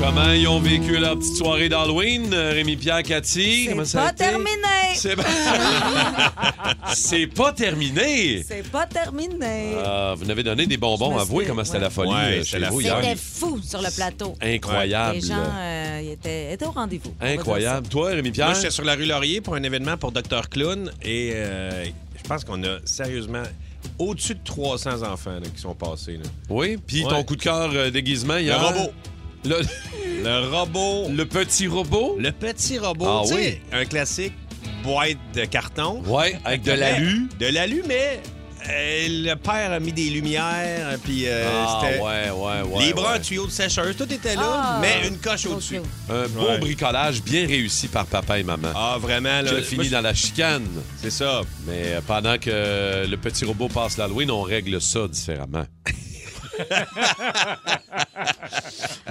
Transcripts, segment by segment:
Comment ils ont vécu leur petite soirée d'Halloween, euh, Rémi Pierre, Cathy? Comment C'est ça a pas été? terminé. C'est pas... C'est pas terminé! C'est pas terminé. Ah, vous n'avez donné des Je bonbons, me avouez suis- comment c'était ouais. la folie Ouais, euh, c'était chez la vous hier. folie. C'était fou sur le plateau. Incroyable. Les gens euh, ils étaient, étaient au rendez-vous. on va dire Incroyable. Toi, Rémi Pierre? Moi, j'étais sur la rue Laurier pour un événement pour Dr. Clown et euh, je pense qu'on a sérieusement au-dessus de 300 enfants là, qui sont passés. là. Oui, puis Ouais. ton coup de cœur euh, déguisement, il y a... Le robot. Le, Le robot. le petit robot? Le petit robot. Ah tu sais, oui. Un classique boîte de carton. Ouais, avec de Mais- l'alu. De l'alu, mais euh, le père a mis des lumières, puis euh, ah, c'était. ouais, ouais, ouais. les bras ouais. en tuyau de sécheuse, tout était là, Ah. mais une coche ça. au-dessus. Un beau Ouais. bricolage bien réussi par papa et maman. Ah, vraiment, là. J'ai moi, fini je- dans la chicane. C'est ça. Mais euh, pendant que euh, le petit robot passe l'Halloween, on règle ça différemment.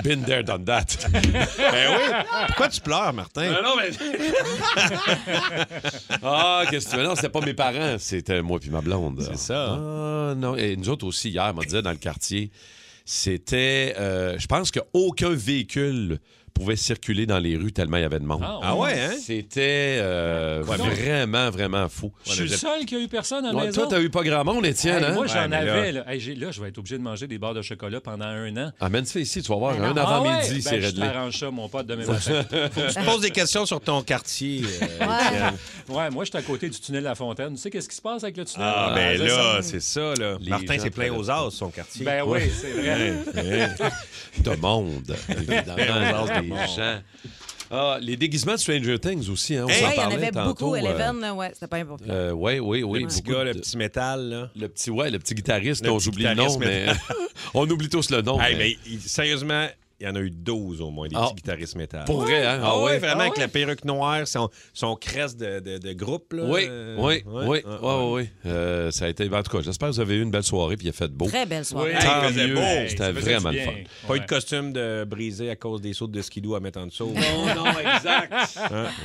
Been there, done that. Ben oui. Pourquoi tu pleures, Martin? non, mais... ah, qu'est-ce que tu veux? Non, c'était pas mes parents, c'était moi puis ma blonde. C'est ça. Ah, non. Et nous autres aussi, hier, on disait dans le quartier, c'était... euh, je pense qu'aucun véhicule pouvait circuler dans les rues tellement il y avait de monde. Ah ouais, hein? C'était euh, vraiment, vraiment fou. Je suis le seul qui a eu personne à la Ouais, maison. toi, t'as eu pas grand monde, Étienne, Hey, hein? Moi, j'en mais là- avais. Là. Hey, j'ai- là, je vais être obligé de manger des barres de chocolat pendant un an. Amène ça ici, tu vas voir. Ah Un ouais? avant-midi, Ben, c'est Je réglé. t'arrange ça, mon pote, demain matin. Tu poses des questions sur ton quartier. euh, Ouais. ouais, moi, je suis à côté du tunnel La Fontaine. Tu sais qu'est-ce qui se passe avec le tunnel? Ah, ben c'est là, ça. c'est ça, là. Les Martin, gens c'est plein prennent- aux as, son quartier. Ben oui, c'est vrai. De monde, évidemment. des gens. Ah, les déguisements de Stranger Things aussi, hein, on Hey, s'en Ouais, il y en parlait avait tantôt, beaucoup à euh, Eleven, là, ouais, c'était pas important. euh, ouais, oui, oui, le petit beaucoup gars, le de- petit métal, là. le petit, ouais, le petit guitariste, Le on petit oublie le nom, guitariste, mais on oublie tous le nom. Hey, mais- mais il- sérieusement, il y en a eu 12 au moins, des Ah. petits guitaristes métal. Pour vrai, hein? Ah, Ah oui, ouais? vraiment, Ah avec ouais? la perruque noire, son, son crest de, de- de groupe, là. Oui, Euh, oui, ouais, oui, oui, ouais, ouais. oui. Euh, ça a été, en tout cas, j'espère que vous avez eu une belle soirée puis il a fait beau. Très belle soirée. Hey, Tant il faisait mieux, beau. c'était ça faisait vraiment du le bien. fun. Pas eu Ouais. de costume de brisé à cause des sauts de skidoo à mettre en dessous.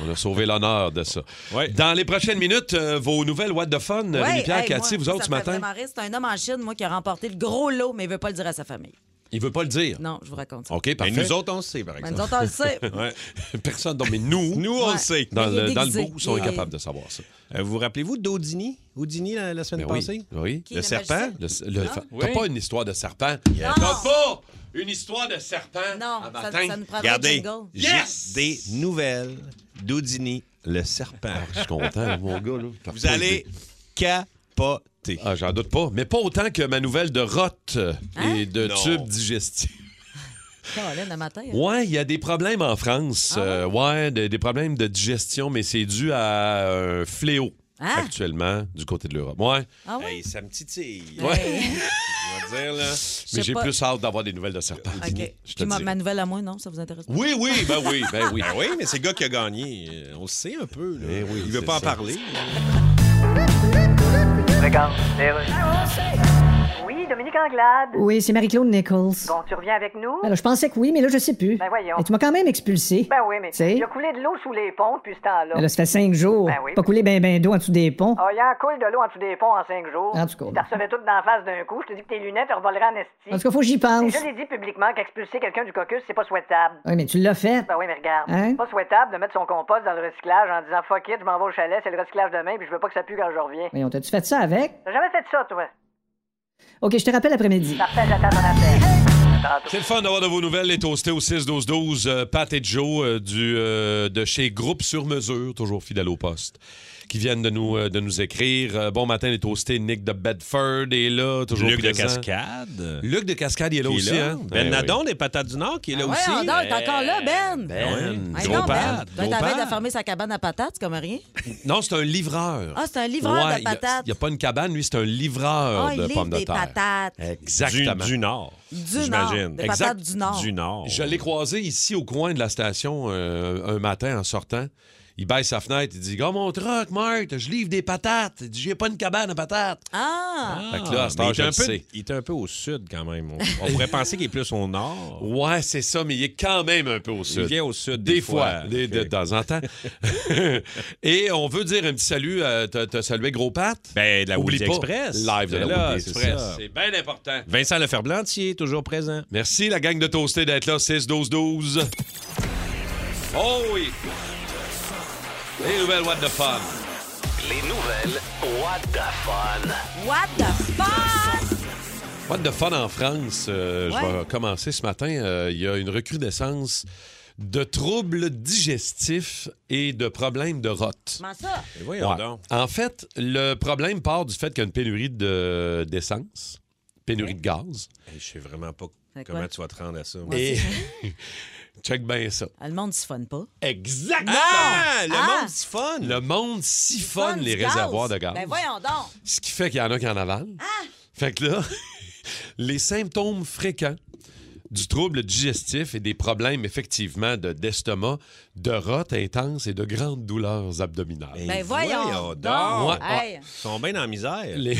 On a sauvé l'honneur de ça. Ouais. Dans les prochaines minutes, euh, vos nouvelles What the Fun, Ouais, Rémi-Pierre, hey, Cathy, moi, vous ça autres me ce fait matin, vraiment rire. C'est un homme en Chine, moi, qui a remporté le gros lot, mais il veut pas le dire à sa famille. il veut pas le dire. Non, je vous raconte ça. OK, Mais parfait. nous autres, on le sait, par Ben, Mais exemple. nous autres, on le sait. Personne, non, mais nous, Nous, on Ouais. le sait. dans, Mais il est le, dans le déguisé. beau, sont Il est- incapables de savoir ça. Euh, Vous vous rappelez-vous d'Odini? Houdini, la, la semaine Mais passée? Ben oui, oui. Qui, Le le serpent? magicien? Le- le- fa- Oui. T'as pas une histoire de serpent. T'as pas une histoire de serpent. Non, à ça, matin. ça nous prendrait un Regardez, jingle. j'ai Yes! des nouvelles d'Odini, le serpent. Je suis content, mon gars. là. T'as Vous pas allez idée. capoter. Ah, j'en doute pas. Mais pas autant que ma nouvelle de rotte euh, Hein? et de Non. tube digestif. Colin, le matin. hein. Ouais, il y a des problèmes en Ah France. Euh, ouais, des, des problèmes de digestion, mais c'est dû à un fléau Ah! actuellement du côté de l'Europe. Ouais, Ah ouais? Hey, ça me titille. ouais. Je vais dire, là. Je mais sais j'ai pas. plus hâte d'avoir des nouvelles de serpent. OK. Je te Puis ma, dirai. ma nouvelle à moi, non, ça vous intéresse pas? Oui, oui, ben oui, ben oui. Ben oui, mais c'est le gars qui a gagné. Euh, On le sait un peu. Là. Eh oui, Il veut c'est pas en ça. parler. Oui, Dominique Anglade. Oui, c'est Marie-Claude Nichols. Bon, tu reviens avec nous? Alors, je pensais que oui, mais là, je sais plus. Ben voyons. Mais tu m'as quand même expulsé. Ben oui, mais Tu sais? il a coulé de l'eau sous les ponts depuis ce temps-là. Ben là, ça fait cinq jours. Ben oui. Pas coulé ben ben d'eau en dessous des ponts. Ah, il y en coule de l'eau en dessous des ponts en cinq jours. En tout cas. Il t'en recevait tout d'en face d'un coup. Je te dis que tes lunettes te revoleraient en En tout esti. cas, faut que j'y Et pense. je l'ai dit publiquement qu'expulser quelqu'un du caucus, c'est pas souhaitable. Oui, mais tu l'as fait. Ben oui, mais regarde. Hein? C'est pas souhaitable de mettre son compost dans le recyclage en disant fuck it, je m'en vais au chalet, c'est le recyclage demain, puis je veux pas que ça pue quand je reviens. Voyons, t'as-tu fait ça avec? T'as jamais fait ça, toi? OK, je te rappelle après-midi. Parfait, j'attends ton appel. Tantôt. C'est le fun d'avoir de vos nouvelles, les toastés au 6-12-12. euh, Pat et Joe euh, du, euh, de chez Groupe Sur Mesure, toujours fidèles au poste, qui viennent de nous, euh, de nous écrire. Euh, bon matin, les toastés, Nick de Bedford est là, toujours Luc de présent. Cascade. Luc de Cascade il est là Qui est aussi, Ah là. hein? Ben Eh Nadon des Patates du Nord qui est là Ouais, aussi. on dort, t'es encore là, Ben! euh, Ben, Hey, gros non, pad, Ben, pad, t'as gros envie pad. de fermer sa cabane à patates, c'est comme rien. oui. Non, c'est un livreur. Ah, c'est un livreur Ouais, de il y a- patates. Il n'y a, pas une cabane, lui, c'est un livreur Ah, il de livre pommes de des terre. patates. Exactement. Du, du Nord. Du Nord. J'imagine. Des Exact. patates du Nord. Du Nord. Je l'ai croisé ici au coin de la station euh, un matin en sortant. Il baisse sa fenêtre, il dit Gars, mon truck, Marthe, je livre des patates. Il dit J'ai pas une cabane à patates. Ah! Fait que là, à cette mais il, heure, est je un le peu, sais. il est un peu au sud quand même. On, on pourrait penser qu'il est plus au nord. Ouais, c'est ça, mais il est quand même un peu au sud. Il vient au sud Des, fois, des- Ok. de, temps en temps. Et on veut dire un petit salut. à- T'as t'as salué Gros Pat? Ben, de la Oublie Woody pas, Express. Live de Ben la là, Woody c'est Express. ça. C'est bien important. Vincent Leferblantier, toujours présent. Merci, la gang de Toasté, d'être là. 6-12-12. Oh oui! Les nouvelles What the Fun. Les nouvelles, what the fun. What the fuck? What the Fun en France. euh, Je vais Ouais. commencer ce matin. Euh, Il y a une recrudescence de troubles digestifs et de problèmes de rotte. Comment ça? Ben voyons Ouais. donc. En fait, le problème part du fait qu'il y a une pénurie de- d'essence, pénurie de gaz. Ah, Hey, je sais vraiment pas Fait quoi? comment tu vas te rendre à ça. moi. Et check bien ça. Ah, Le monde siphonne pas. Exactement! Ah! Le Ah! monde siphonne! Le monde siphonne les du gaz. réservoirs de gaz. Ben voyons donc. Ce qui fait qu'il y en a qui en avalent. Fait que là, les symptômes fréquents du trouble digestif et des problèmes, effectivement, de- d'estomac, de rotte intense et de grandes douleurs abdominales. Ben voyons donc. Ouais. Hey. Ils sont bien en misère. Les,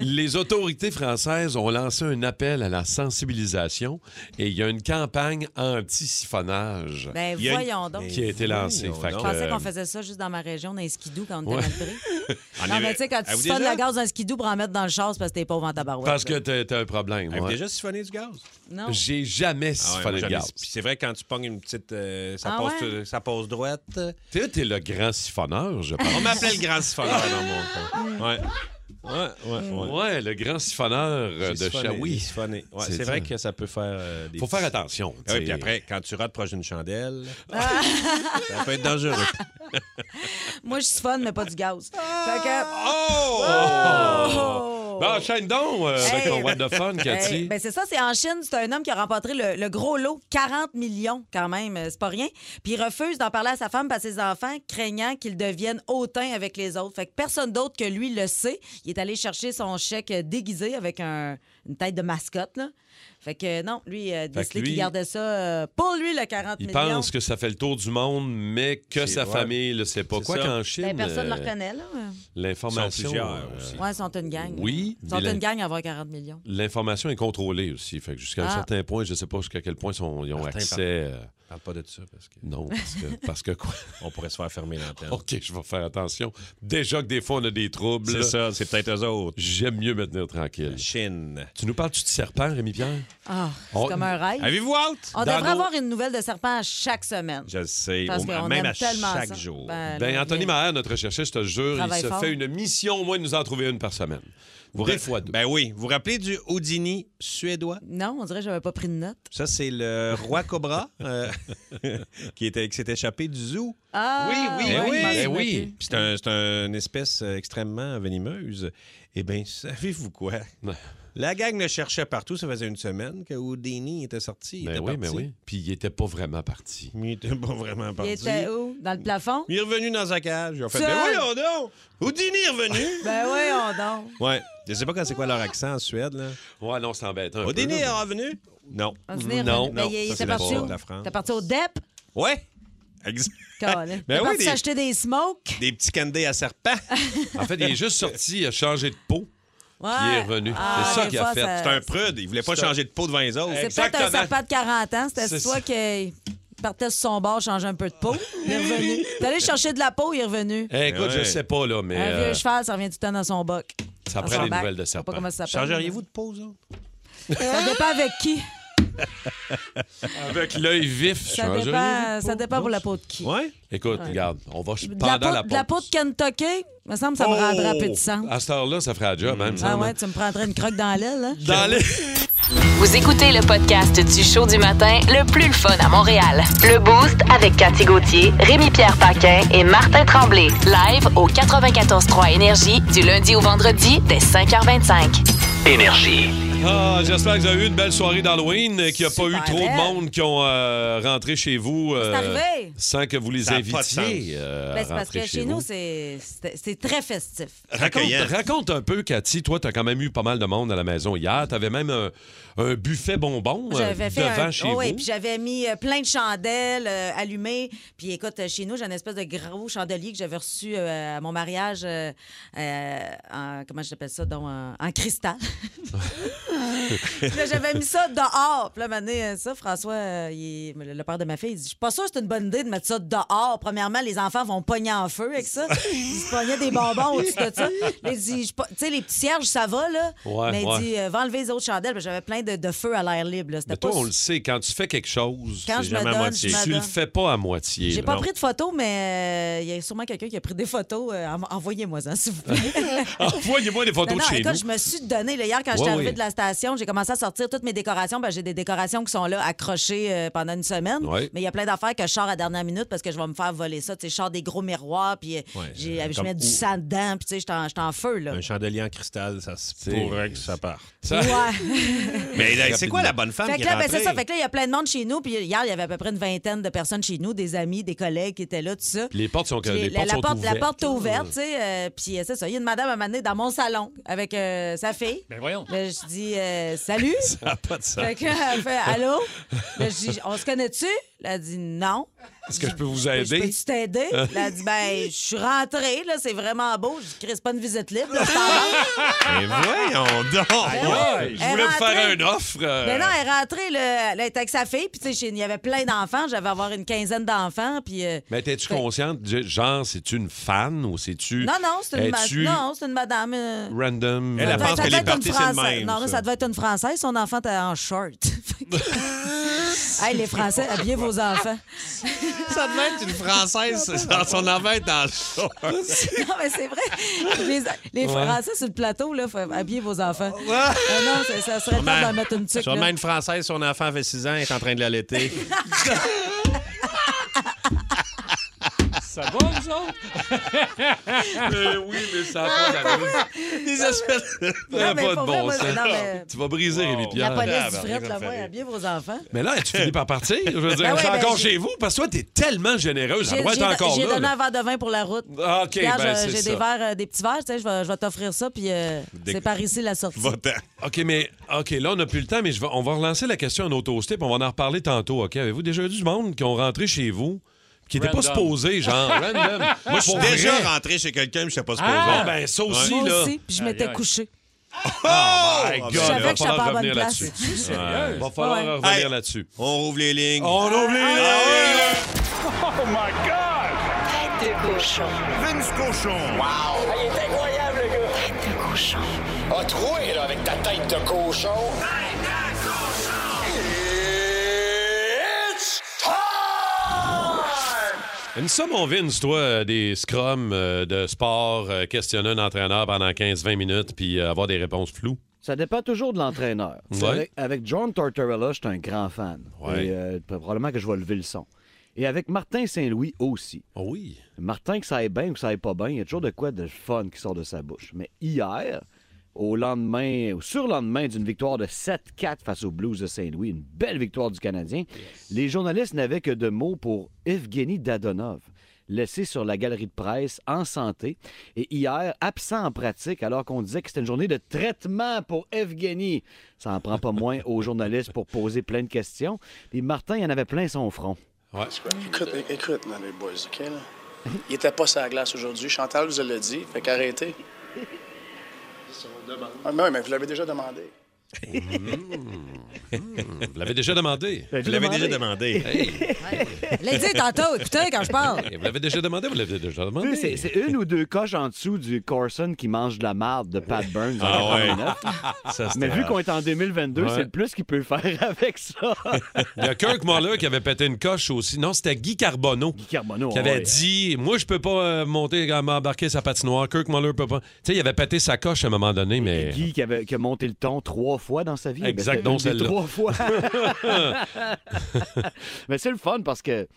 les autorités françaises ont lancé un appel à la sensibilisation et il y a une campagne anti-siphonnage Ben Il y a une- Ben euh, voyons donc. qui a été lancée. voyons Fait donc. Je que- pensais qu'on faisait ça juste dans ma région, dans les skidoo, quand on était mal pris. En Non, est- mais tu sais, quand tu Avez-vous siphonnes déjà- le gaz dans un skidoo pour en mettre dans le char, c'est parce que t'es pauvre en tabarouette. parce que là. t'as t'as un problème. Avez-vous ouais. déjà siphonné du gaz? Non. J'ai jamais Ah ouais, siphonné moi, de j'avais- gaz. Puis c'est vrai, quand tu pognes une petite. euh, ça, Ah passe, ouais? ça passe droite. Toi, t'es le grand siphonneur, je pense. On m'appelait le grand siphonneur dans mon temps. Ah. Ouais. Ouais, ouais, ouais. Ouais, le grand siphonneur euh, J'ai de siphonné, j'ai Chaoui. siphonné. Ouais, C'est c'est vrai ça. que ça peut faire euh, des Faut faire petits- attention. Ah oui, t'sais. puis après, quand tu rates proche d'une chandelle, Ah! ça peut être dangereux. Moi, je siphonne, mais pas du gaz. Fait que. Oh! Ah! Oh! Ben, Bah, enchaîne donc euh, avec Hey. ton What the Fun, Cathy. Hey, ben c'est ça, c'est en Chine, c'est un homme qui a remporté le, le gros lot, 40 millions quand même, euh, c'est pas rien. Puis il refuse d'en parler à sa femme et à ses enfants, craignant qu'ils deviennent hautains avec les autres. Fait que personne d'autre que lui le sait. Il est allé chercher son chèque euh, déguisé avec un- une tête de mascotte. Là. Fait que euh, non, lui, euh, que décidé lui- qu'il gardait ça euh, pour lui, le 40 Il millions. pense que ça fait le tour du monde, mais que C'est sa vrai. famille ne le sait pas. C'est Quoi ça. qu'en Chine, Ben, personne ne euh, le reconnaît, là. Ils l'information sont plusieurs euh, aussi. Ouais, ils sont une gang. Oui, Ils sont mais la- une gang à avoir 40 millions. L'information est contrôlée aussi. Fait que jusqu'à un Ah. certain point, je ne sais pas jusqu'à quel point ils sont- ils ont Martin, accès. pardon. euh, Parle pas de ça parce que non, parce que, parce que quoi? on pourrait se faire fermer l'antenne. OK, je vais faire attention. Déjà que des fois, on a des troubles. Oh, C'est là, ça, c'est peut-être eux autres. J'aime mieux me tenir tranquille. Chine. Tu nous parles-tu de serpent, Rémi-Pierre? Ah, c'est On- comme un rêve. Avez-vous hâte? On Dans devrait nos- avoir une nouvelle de serpent à chaque semaine. Je le sais, Parce au- qu'on même aime à tellement chaque ça. jour. Ben, là, Anthony mais- Maher, notre chercheur, je te jure, il Travaille se fort. fait une mission, au moins, de nous en trouver une par semaine. Vous Des ra- fois deux. Ben oui, vous vous rappelez du Houdini suédois? Non, on dirait que j'avais pas pris de notes. Ça, c'est le roi cobra euh, qui, était, qui s'est échappé du zoo. Ah, oui, ben oui, il m'a ben souhaité. oui. Puis C'est un- c'est un- une espèce euh, extrêmement venimeuse. Eh bien, savez-vous quoi? Ouais. La gang le cherchait partout. Ça faisait une semaine que Houdini était sorti. Il Ben était oui, parti. mais oui. Puis il n'était pas vraiment parti. Mais il était pas vraiment Il parti. était où? Dans le plafond? Il est revenu dans sa cage. Il a fait Seul. Ben voyons donc! Houdini est revenu! Ben oui, on donc. ouais. Je sais pas quand c'est quoi leur accent en Suède, là. Ouais, non, c'est embêtant. un Houdini peu, est là, revenu? Non. On se dit, Non, ben, non, il- il ça, était c'est la parti France, où? la France. T'es parti au DEP? Ouais! Exact. Colin. Ben T'es oui, parti des- s'acheter Euh, des smokes? Des petits candés à serpent. mais- En fait, il est juste sorti, il a changé de peau. Ouais. est revenu. Ah, C'est ça des qu'il a fois, fait. ça- C'est un prude. Il voulait pas C'est changer de peau devant les autres. C'est peut-être un Exactement. serpent de 40 ans. C'était C'est soit ça. qu'il partait sur son bord, changeait un peu de peau. Il est revenu. T'es allé chercher de la peau, il est revenu. Eh, écoute, je Ouais. sais pas, là, mais un euh, vieux cheval, ça revient tout le temps dans son boc. ça Dans prend son des bac. nouvelles de Je sais pas serpent. comment ça s'appelle. Changeriez-vous de peau, vous autres? Ça dépend avec qui. Avec l'œil vif, Ça changeriez-vous dépend, de ça peau? dépend pour la peau de qui. Ouais. Écoute, regarde, on va De la, pendant peau, la de la peau pause. de Kentucky, me semble que ça me Oh! rendrait un peu de sang. À cette heure-là, ça ferait la job, hein, il me Ah semble. ouais, tu me prendrais une croque dans l'aile, hein? Dans les... Vous écoutez le podcast du show du matin le plus le fun à Montréal. Le Boost avec Cathy Gauthier, Rémi-Pierre Paquin et Martin Tremblay. Live au 94.3 Énergie du lundi au vendredi dès 5h25. Énergie. Ah, J'espère que vous avez eu une belle soirée d'Halloween et qu'il n'y a pas Super eu trop belle. de monde qui ont euh, rentré chez vous euh, arrivé. sans que vous les Ça a pas de invitiez. sens. euh, à Ben, c'est parce rentrer que chez vous. nous, c'est c'est- c'est très festif. Raconte, Accueillant. raconte un peu, Cathy. Toi, t'as quand même eu pas mal de monde à la maison hier. T'avais même un, un buffet bonbon euh, J'avais fait devant un... chez oh, vous. ouais, puis j'avais mis euh, plein de chandelles euh, allumées. Puis écoute, euh, chez nous, j'ai un espèce de gros chandelier que j'avais reçu euh, à mon mariage euh, euh, en... Comment je t'appelle ça? Donc, en, en cristal. Puis là, j'avais mis ça dehors. Puis là, mané, euh, ça, François, euh, il est- le père de ma fille, il dit Je suis pas sûr que c'est une bonne idée de mettre ça dehors. Premièrement, les enfants vont pogner en feu avec ça. Ils se pognaient des bonbons au-dessus de ça. Là, Il dit Je suis pas- Tu sais, les petits cierges, ça va, là. Ouais, Mais ouais. il dit euh, Va enlever les autres chandelles. Puis J'avais plein de, de feux à l'air libre. là. C'était Mais pas toi, on su- le sait, quand tu fais quelque chose, Quand c'est je me jamais à donne, moitié. je me Tu le donne. fais pas à moitié. J'ai là. pas Non. pris de photos, mais euh, il y a sûrement quelqu'un qui a pris des photos. Euh, en- Envoyez-moi ça, s'il vous plaît. Envoyez-moi des photos Non, non, Ah, de chez écoute, nous. je me suis donné. là, hier, quand je Ouais, suis arrivée oui. de la station, j'ai commencé à sortir toutes mes décorations. Ben, j'ai des décorations qui sont là accrochées euh, pendant une semaine. Ouais. Mais il y a plein d'affaires que je sors à dernière minute parce que je vais me faire voler ça. Tu sais, je sors des gros miroirs, puis euh, j'ai- euh, je comme mets du où- sang dedans, puis tu sais, je suis en- je suis en feu. Là. Un chandelier en cristal, ça se C'est- pourrait que ça part. Ça- Ouais. Mais là, c'est quoi la bonne femme Fait qui que est là, ben, c'est rentrée? ça. Fait que là, il y a plein de monde chez nous. Puis hier, il y avait à peu près une vingtaine de personnes chez nous, des amis, des collègues qui étaient là, tout ça. Les portes sont, Puis les la, portes la sont porte, la ouvertes. porte est ouverte, tu sais. euh, puis euh, c'est ça. Il y a une madame à m'amener dans mon salon avec euh, sa fille. Ben voyons. Là, je dis euh, salut. Ça Ah, a pas de sens. Fait que, elle fait allô. Là, je dis on se connaît-tu? Là, elle dit non. Est-ce que je peux vous Je aider? Ah. peux-tu t'aider? Là, elle dit ben, je suis rentrée, là, c'est vraiment beau. Je dis Chris, c'est pas une visite libre. là, c'est en vente. Mais voyons donc! Ouais, je Ah, Elle voulais vous faire rentrait. une offre. euh, Ben non, elle est rentrée, là, elle était avec sa fille, puis tu sais, chez- il y avait plein d'enfants. J'avais avoir une quinzaine d'enfants, puis. euh, Mais t'es-tu Fait- consciente? de- Genre, c'est-tu une fan ou c'est-tu. non, non, c'est une, ma- Es-tu non, c'est une madame. euh, Random. Elle, Ça elle pense devait- ça que devait les être une parties, c'est le Française. même, Non, ça. ça devait être une Française. Son enfant était en short. Fait que- hey, les Français, habillez vos enfants. Ça devait être une Française, son enfant est dans le show. non, mais c'est vrai. Les, les Français sur le plateau, là, faut habiller vos enfants. Euh, non, ça, ça serait temps d'en mettre une tuque. Ben, Sûrement là. une Française, son enfant avait 6 ans, elle est en train de l'allaiter. Ça va, vous autres? Euh, oui, mais ça n'a pas Des espèces de... Non, mais pas de pour vrai, bon moi, sens. non, mais- Tu vas briser Rémi La Pierre. police du Ah, ben, fret, rien là, à moi, faire. habillez vos enfants. Mais là, tu finis par partir. Je veux dire, Ben ouais, c'est ben encore j'ai- chez vous parce que toi, t'es tellement généreux. Ça J'ai doit j'ai être don- encore j'ai là. donné là. un verre de vin pour la route. Ah, OK, Regarde, ben, euh, c'est j'ai ça. des verres, euh, des petits verres, tu sais, je vais, je vais t'offrir ça, puis euh, c'est par ici la sortie. OK, mais OK, là, on n'a plus le temps, mais je vais- on va relancer la question à nos toastés, puis on va en reparler tantôt, OK? Avez-vous déjà eu du monde qui ont rentré chez vous qui n'était pas Random. supposé, genre, random? Moi, Je suis déjà rentré chez quelqu'un, mais je sais pas ce que Ah! c'est. ben, ça aussi, Moi là. aussi, puis je Aïe, m'étais aïe. couchée. Oh! My God, Je savais va que j'étais pas falloir à bonne revenir place. là-dessus. Tu Il sérieux? va falloir Ouais. revenir Hey. là-dessus. On rouvre les lignes. Ah, On oublie les... Tête de cochon. Vince Cochon. Ah, il est incroyable, le gars! Tête de cochon. A troué, là, avec ta tête de cochon. Tête de cochon! It's time! Une somme, on Vince, toi, euh, des scrums euh, de sport, euh, questionner un entraîneur pendant 15-20 minutes, puis euh, avoir des réponses floues. Ça dépend toujours de l'entraîneur. Ouais. Avec, avec John Tortorella, je suis un grand fan. Ouais. Et, euh, probablement que je vais lever le son. Et avec Martin Saint-Louis aussi. Oh Oui. Martin, que ça aille bien ou que ça aille pas bien, il y a toujours de quoi de fun qui sort de sa bouche. Mais hier, au lendemain, au surlendemain d'une victoire de 7-4 face aux Blues de Saint-Louis, une belle victoire du Canadien, les journalistes n'avaient que deux mots pour Evgeny Dadonov, laissé sur la galerie de presse en santé et hier absent en pratique alors qu'on disait que c'était une journée de traitement pour Evgeny. Ça en prend pas moins aux journalistes pour poser plein de questions. Et Martin, il en avait plein son front. Écoute, é- écoute, non, les boys, OK, là? Il était pas sur la glace aujourd'hui. Chantal vous l'a dit. Fait qu'arrêtez. Ah, mais oui, mais vous l'avez déjà demandé. Vous l'avez déjà demandé. Vous l'avez déjà demandé. L'ai dit tantôt, écoutez quand je parle. Vous l'avez déjà demandé, vous l'avez déjà Tu demandé. sais, C'est c'est une ou deux coches en dessous du Carson qui mange de la marde de Pat Burns en Ah ouais. 89. Ça, c'était- Mais vu qu'on est en 2022, Ouais. c'est le plus qu'il peut faire avec ça. Il y a Kirk Muller qui avait pété une coche aussi. Non, c'était Guy Carbonneau Guy Carbonneau, qui avait ouais. dit Moi, je peux pas euh, monter, à m'embarquer sa patinoire. Kirk Muller peut pas. Tu sais, il avait pété sa coche à un moment donné, mais. Guy qui, avait, qui a monté le ton trois fois dans sa vie. Ben, c'était Exact, dont une des celle-là. Trois fois. Mais c'est le fun parce que, tu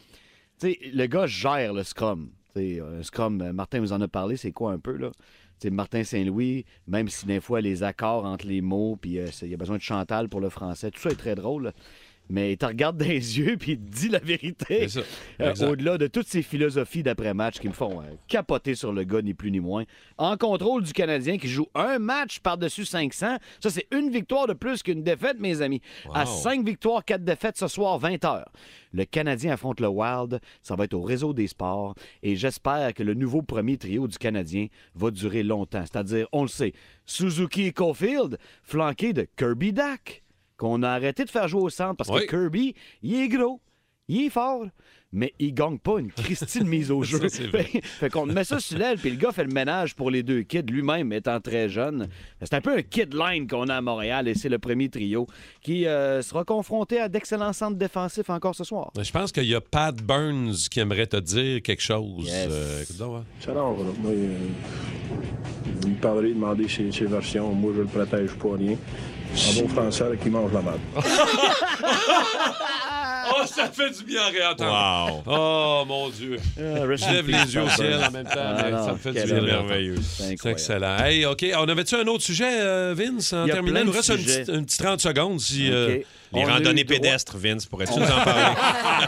sais, le gars gère le scrum. Tu sais, un scrum, euh, Martin vous en a parlé, c'est quoi un peu, là? C'est Martin Saint-Louis, même si des fois les accords entre les mots, puis euh, c'est- il y a besoin de Chantal pour le français, tout ça est très drôle. Mais il te regarde dans les yeux puis il te dit la vérité. C'est ça. Euh, Exact. Au-delà de toutes ces philosophies d'après-match qui me font euh, capoter sur le gars, ni plus ni moins. En contrôle du Canadien qui joue un match par-dessus 500. Ça, c'est une victoire de plus qu'une défaite, mes amis. À 5 victoires, 4 défaites ce soir, 20h. Le Canadien affronte le Wild. Ça va être au réseau des sports. Et j'espère que le nouveau premier trio du Canadien va durer longtemps. C'est-à-dire, on le sait, Suzuki et Caulfield, flanqués de Kirby Dack, qu'on a arrêté de faire jouer au centre parce Oui. que Kirby, il est gros. Il est fort, mais il gagne pas une Christine mise au jeu. Ça, c'est vrai. fait fait qu'on met ça sur l'aile, puis le gars fait le ménage pour les deux kids, lui-même étant très jeune. C'est un peu un kid line qu'on a à Montréal, et c'est le premier trio qui euh, sera confronté à d'excellents centres défensifs encore ce soir. Je pense qu'il y a Pat Burns qui aimerait te dire quelque chose. Yes. Euh, écoute donc, hein. Ça va, voilà. Moi, euh, vous me parlez, demandez ses, ses versions. Moi, je le protège pas rien. Un bon français là, qui mange la marde. Oh, ça fait du bien à Wow. réentendre. Oh, mon Dieu. Euh, rest Je in lève peace, les yeux au Pat ciel Burns. en même temps. Ah mais non, ça me fait du quel bien. de homme. réentendre. C'est C'est incroyable. excellent. Hey, OK. On avait-tu un autre sujet, euh, Vince, en Il y a terminant? plein Il nous de reste une sujets. petite, une petite 30 secondes. Si, OK. euh, On Les a eu randonnées droit- pédestres, Vince, pourrais-tu nous en parler?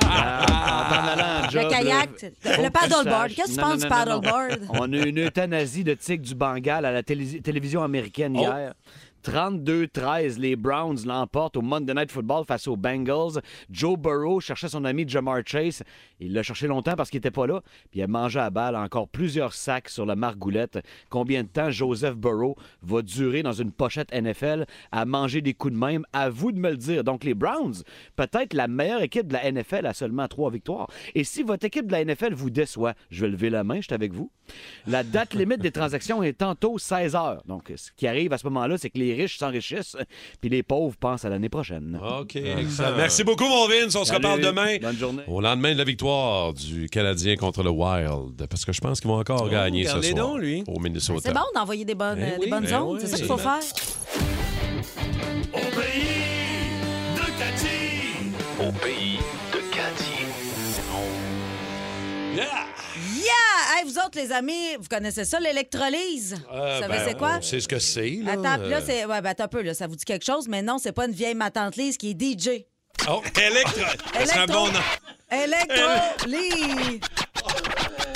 Ah, en t'en allant en job, Le kayak, le, Faut le que tu paddleboard. saches. Qu'est-ce que tu Non, penses du non, non, non, non. paddleboard? On a eu une euthanasie de tigre du Bengale à la télé- télévision américaine Oh. hier. 32-13, les Browns l'emportent au Monday Night Football face aux Bengals. Joe Burrow cherchait son ami Jamar Chase. Il l'a cherché longtemps parce qu'il n'était pas là. Puis il a mangé à balle encore plusieurs sacs sur la margoulette. Combien de temps Joseph Burrow va durer dans une pochette NFL à manger des coups de même? À vous de me le dire. Donc les Browns, peut-être la meilleure équipe de la NFL à seulement trois victoires. Et si votre équipe de la NFL vous déçoit, je vais lever la main, je suis avec vous. La date limite des transactions est tantôt 16 heures. Donc, ce qui arrive à ce moment-là, c'est que les riches s'enrichissent, puis les pauvres pensent à l'année prochaine. Oh. OK, Ah. excellent. Merci beaucoup, mon Vince. On se Salut. reparle demain. Bonne journée. Au lendemain de la victoire du Canadien contre le Wild. Parce que je pense qu'ils vont encore gagner ce regardez soir. donc, lui. Au Minnesota. C'est bon d'envoyer des bonnes, Ben euh, oui, des bonnes ben ondes. oui. C'est ça qu'il faut faire. Au pays de Cathy. Yeah! Yeah! Hey, vous autres, les amis, vous connaissez ça, l'électrolyse? Euh, vous savez, ben, c'est quoi? on sait ce que c'est. là. Attends, puis là, Euh, c'est. Ouais, ben, attends un peu, là, ça vous dit quelque chose, mais non, c'est pas une vieille ma tante Lise qui est DJ. Oh, Electro! Ça serait un Electro- bon nom. Electrolyse!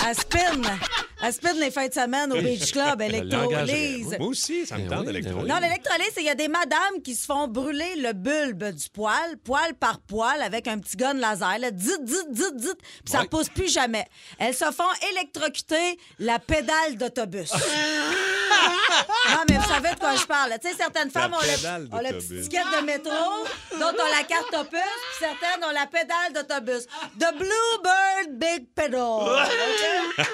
Elle spin! Elle spin les fins de semaine au Beach Club, langage- électrolyse. Moi aussi, Eh ça me tente d'électro. Non, l'électrolyse, c'est qu'il y a des madames qui se font brûler le bulbe du poil, poil par poil, avec un petit gun laser. Là. Dites, dites, dites, dites, puis ça repousse plus jamais. Elles se font électrocuter la pédale d'autobus. non, mais vous savez de quoi je parle. Tu sais, certaines femmes ont pédale le, ont le d'autobus. petit ticket de métro, d'autres ont la carte opus, puis certaines ont la pédale d'autobus. The Bluebird Big Pedal. OK?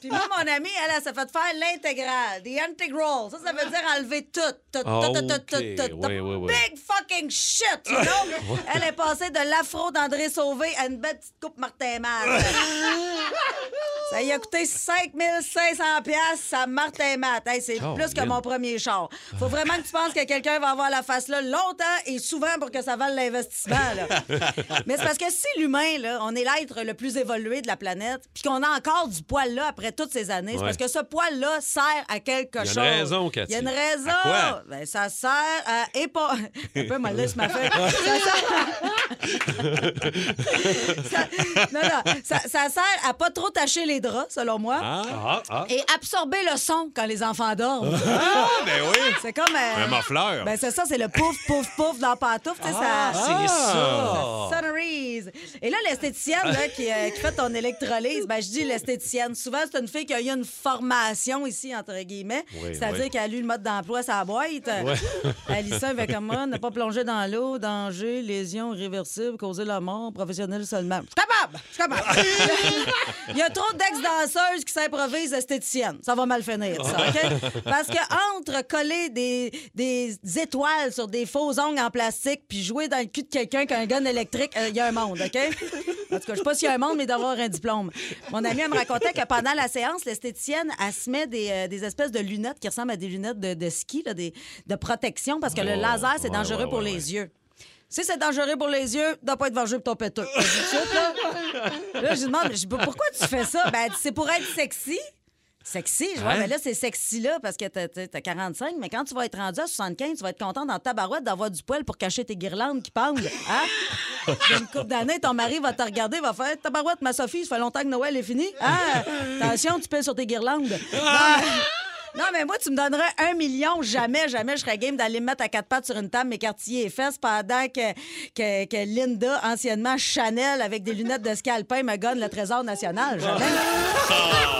Puis moi, mon amie, elle, elle s'est fait faire l'intégrale, the integral. Ça, ça veut dire enlever tout, tout, tout, Ah, tout, tout, tout, ok. tout, tout. Oui, oui, oui. Big fucking shit, you know? elle est passée de l'afro d'André Sauvé à une belle petite coupe Martin Matt. ça y a coûté 5500 pièces à Martin Matt. Hey, c'est Caroline. plus que mon premier char. Faut vraiment que tu penses que quelqu'un va avoir la face là longtemps et souvent pour que ça vale l'investissement. là. Mais c'est parce que si l'humain, là, on est l'être le plus évolué de la planète, puis qu'on a encore du poil là après toutes ces années, Ouais. c'est parce que ce poil-là sert à quelque Il y a chose. une raison, Cathy. Il y a une raison. À quoi? Ben, ça sert à épa... Un peu mal laisse ma feuille. Ça sert- Ça- Non, non. Ça, ça sert à pas trop tacher les draps, selon moi. Ah, ah. Et absorber le son quand les enfants dorment. Ah, ben oui! C'est comme. euh, Un morfleur. Ben, c'est ça, c'est le pouf, pouf, pouf dans la pantoufle. tu sais, ça... c'est ça. Sunrise. Et là, l'esthéticienne là, qui, euh, qui fait ton électrolyse, ben, je dis l'esthéticienne. Souvent, c'est une fille qui a eu une formation ici, entre guillemets. Oui, C'est-à-dire oui. qu'elle a lu le mode d'emploi, sa boîte. Elle lit ça avec un mot, ne pas plonger dans l'eau, danger, lésions irréversibles, causer la mort, professionnel seulement. Je suis capable! Je suis capable! Il y a trop d'ex-danseuses qui s'improvisent esthéticiennes. Ça va mal finir, ça, OK? Parce que entre coller des, des étoiles sur des faux ongles en plastique puis jouer dans le cul de quelqu'un qui a un gun électrique, euh, il y a un monde, OK? En tout cas, je sais pas s'il y a un monde, mais d'avoir un diplôme. Mon amie, elle me racontait que pendant la séance, l'esthéticienne, elle se met des, euh, des espèces de lunettes qui ressemblent à des lunettes de, de ski, là, des, de protection, parce que le Oh, laser, c'est ouais, dangereux ouais, pour ouais, les ouais. yeux. Si c'est dangereux pour les yeux, dois pas être vengé pour ton péteux. Je dis Bah, tout de suite, là. Là, je lui demande, mais je dis, pourquoi tu fais ça? Ben, elle dit, c'est pour être sexy. Sexy, je Hein? vois, mais là, c'est sexy là parce que t'as- t'as t'as 45, mais quand tu vas être rendu à 75, tu vas être content dans ta barouette d'avoir du poil pour cacher tes guirlandes qui pendent. Hein? Dans une couple d'années, ton mari va te regarder, va faire Ta barouette, ma Sophie, ça fait longtemps que Noël est fini. Hein? Attention, tu pèses sur tes guirlandes. Ben, Non, mais- Non, mais moi, tu me donnerais un million. Jamais, jamais, je serais game d'aller me mettre à quatre pattes sur une table, mes quartiers et fesses, pendant que, que, que Linda, anciennement Chanel, avec des lunettes de scalpin, me gagne le trésor Ah. national. Jamais.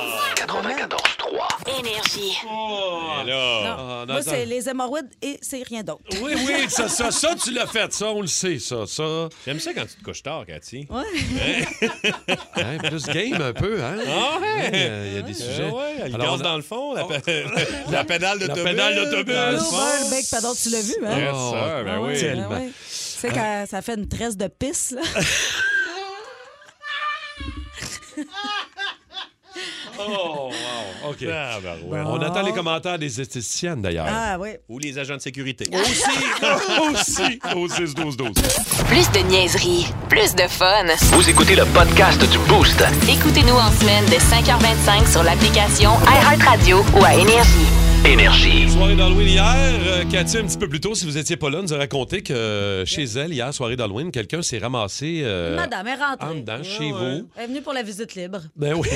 94.3. Énergie. Et là, ah, non, Moi, attends. c'est les hémorroïdes et c'est rien d'autre. Oui, oui, ça, ça, ça, tu l'as fait, ça, on le sait, ça, ça. J'aime ça quand tu te couches tard, Cathy. Ouais. Hein, plus game un peu, hein? Ah ouais. Il y a- il y a des sujets. ouais, elle Alors, danse dans le fond, la, pe- la pédale La d'autobus. pédale d'autobus. Dans le Blue fond. Bird Bake Paddle, tu l'as vu, Oh, hein? Yes, sir, ben Ah ouais, oui. ben ouais. Tu sais, Euh. quand ça fait une tresse de pisse, là. Oh, wow. OK. Ah, ben ouais. On attend les commentaires des esthéticiennes, d'ailleurs. Ah, oui. Ou les agents de sécurité. Ah. Aussi, au 6-12-12. Plus de niaiserie, plus de fun. Vous écoutez le podcast du Boost. Écoutez-nous en semaine de 5h25 sur l'application iHeartRadio ou à Énergie. Énergie. Soirée d'Halloween hier, euh, Cathy, un petit peu plus tôt, si vous étiez pas là, nous a raconté que euh, chez elle, hier, soirée d'Halloween, quelqu'un s'est ramassé euh, Madame est rentrée. en dedans, chez vous. Elle est venue pour la visite libre. Ben oui.